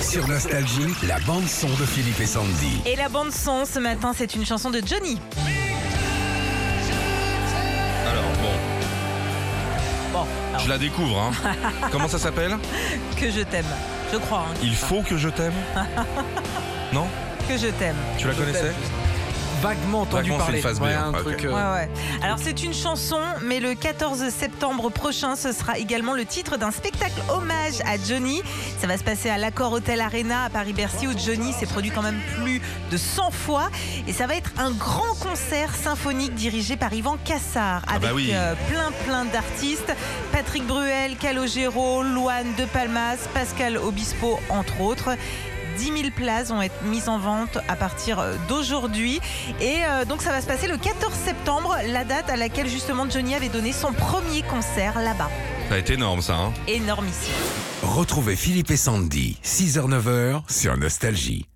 Sur Nostalgie, la bande-son de Philippe et Sandy. Et la bande son ce matin, c'est une chanson de Johnny. Alors, bon, Bon, alors, je la découvre. Hein. Comment ça s'appelle que je t'aime, je crois. hein, qu'il Il sera. faut que je t'aime Non que je t'aime. Tu la connaissais Vaguement entendu Vaguement, c'est parler. une phase B, Ouais, hein, un ok. truc. Ouais euh, ouais. Alors c'est une chanson, mais le 14 septembre prochain, ce sera également le titre d'un spectacle hommage à Johnny. Ça va se passer à l'Accor Hotel Arena à Paris-Bercy où Johnny s'est produit quand même plus de 100 fois et ça va être un grand concert symphonique dirigé par Yvan Cassard avec bah oui. euh, plein plein d'artistes, Patrick Bruel, Calogero, Loane de Palmas, Pascal Obispo entre autres. 10 000 places vont être mises en vente à partir euh, d'aujourd'hui. Et euh, donc ça va se passer le 14 septembre, la date à laquelle justement Johnny avait donné son premier concert là-bas. Ça a été énorme, ça. Hein. Énormissime. Retrouvez Philippe et Sandy, 6h-9h, sur Nostalgie.